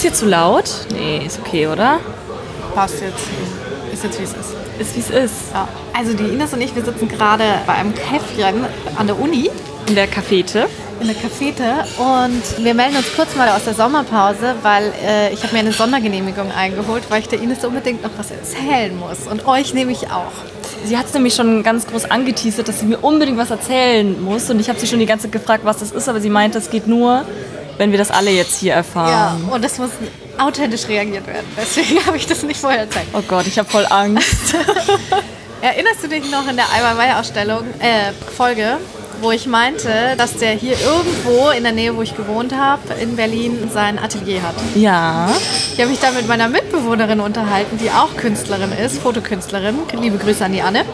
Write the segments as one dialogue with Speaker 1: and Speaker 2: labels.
Speaker 1: hier zu laut? Nee, ist okay, oder?
Speaker 2: Passt jetzt. Ist jetzt wie es ist.
Speaker 1: Ist wie es ist.
Speaker 2: Ja. Also die Ines und ich, wir sitzen gerade bei einem Käffchen an der Uni
Speaker 1: In der Cafete.
Speaker 2: in der Cafete und wir melden uns kurz mal aus der Sommerpause, weil äh, ich habe mir eine Sondergenehmigung eingeholt, weil ich der Ines unbedingt noch was erzählen muss und euch nehme ich auch.
Speaker 1: Sie hat es nämlich schon ganz groß angeteasert, dass sie mir unbedingt was erzählen muss. Und ich habe sie schon die ganze Zeit gefragt, was das ist, aber sie meinte, es geht nur, wenn wir das alle jetzt hier
Speaker 2: Ja,
Speaker 1: erfahren.
Speaker 2: und es muss authentisch reagiert werden. Deswegen habe ich das nicht vorher erzählt.
Speaker 1: Oh Gott, ich habe voll Angst.
Speaker 2: Erinnerst du dich noch in der Eiweiß-Ausstellung, äh, Folge, wo ich meinte, dass der hier irgendwo in der Nähe, wo ich gewohnt habe, in Berlin sein Atelier hat?
Speaker 1: ja.
Speaker 2: Ich habe mich da mit meiner Mitbewohnerin unterhalten, die auch Künstlerin ist, Fotokünstlerin. Liebe Grüße an die Anne.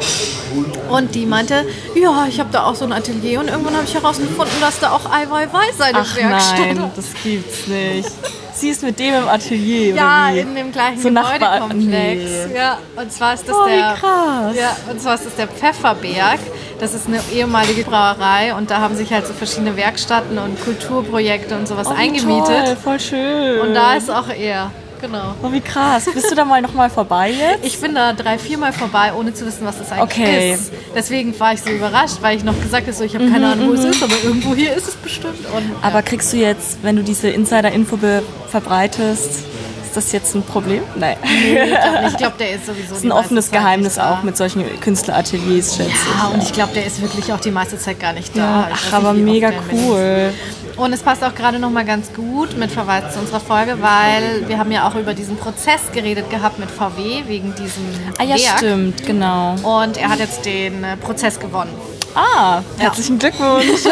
Speaker 2: Und die meinte, ja, ich habe da auch so ein Atelier und irgendwann habe ich herausgefunden, dass da auch Eiweiß seine
Speaker 1: Ach
Speaker 2: Werkstatt
Speaker 1: nein, das gibt's nicht. Sie ist mit dem im Atelier,
Speaker 2: Ja,
Speaker 1: oder wie?
Speaker 2: in dem gleichen
Speaker 1: So Nachbar-
Speaker 2: Gebäudekomplex.
Speaker 1: Nee.
Speaker 2: Ja, und zwar ist das
Speaker 1: Oh, wie
Speaker 2: der
Speaker 1: krass.
Speaker 2: Ja, und zwar ist das der Pfefferberg. Das ist eine ehemalige Brauerei und da haben sich halt so verschiedene Werkstätten und Kulturprojekte und sowas
Speaker 1: Oh, wie Toll,
Speaker 2: eingemietet
Speaker 1: voll schön.
Speaker 2: und da ist auch er. Genau.
Speaker 1: Oh, wie krass. Bist du da mal nochmal vorbei jetzt?
Speaker 2: Ich bin da drei, viermal vorbei, ohne zu wissen, was das eigentlich
Speaker 1: Okay. Mhm,
Speaker 2: ist. Deswegen war ich so überrascht, weil ich noch gesagt habe, so, ich habe keine Ahnung, wo es ist, aber irgendwo hier ist es bestimmt. Und,
Speaker 1: Aber kriegst du jetzt, wenn du diese Insider-Info be- verbreitest, ist das jetzt ein Problem? Nein.
Speaker 2: ja, ich glaube, der ist sowieso
Speaker 1: Das ist ein offenes Geheimnis auch mit solchen Künstlerateliers, schätze
Speaker 2: Ja, Ah, und ich glaube, der ist wirklich auch die meiste Zeit gar nicht
Speaker 1: ich.
Speaker 2: da. Ich weiß
Speaker 1: Ach,
Speaker 2: nicht,
Speaker 1: aber
Speaker 2: wie oft
Speaker 1: mega
Speaker 2: der in Berlin
Speaker 1: cool.
Speaker 2: ist. Und es passt auch gerade nochmal ganz gut mit Verweis zu unserer Folge, weil wir haben ja auch über diesen Prozess geredet gehabt mit VW wegen diesem
Speaker 1: Ah ja,
Speaker 2: Werk.
Speaker 1: stimmt, genau.
Speaker 2: Und er hat jetzt den äh, Prozess gewonnen.
Speaker 1: Ah, herzlichen Glückwunsch.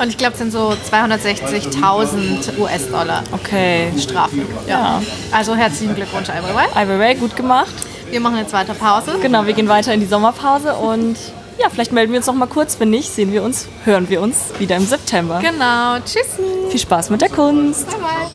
Speaker 2: Und ich glaube, es sind so 260.000 US-Dollar
Speaker 1: Okay.
Speaker 2: Strafen.
Speaker 1: Ja.
Speaker 2: Ja. Also herzlichen Glückwunsch, everyone.
Speaker 1: Ivory Way, gut gemacht.
Speaker 2: Wir machen jetzt weiter Pause.
Speaker 1: Genau, wir gehen weiter in die Sommerpause und ja, vielleicht melden wir uns noch mal kurz. Wenn nicht, sehen wir uns, hören wir uns wieder im September.
Speaker 2: Genau. Tschüssi.
Speaker 1: Viel Spaß mit der Kunst.
Speaker 2: Bye bye.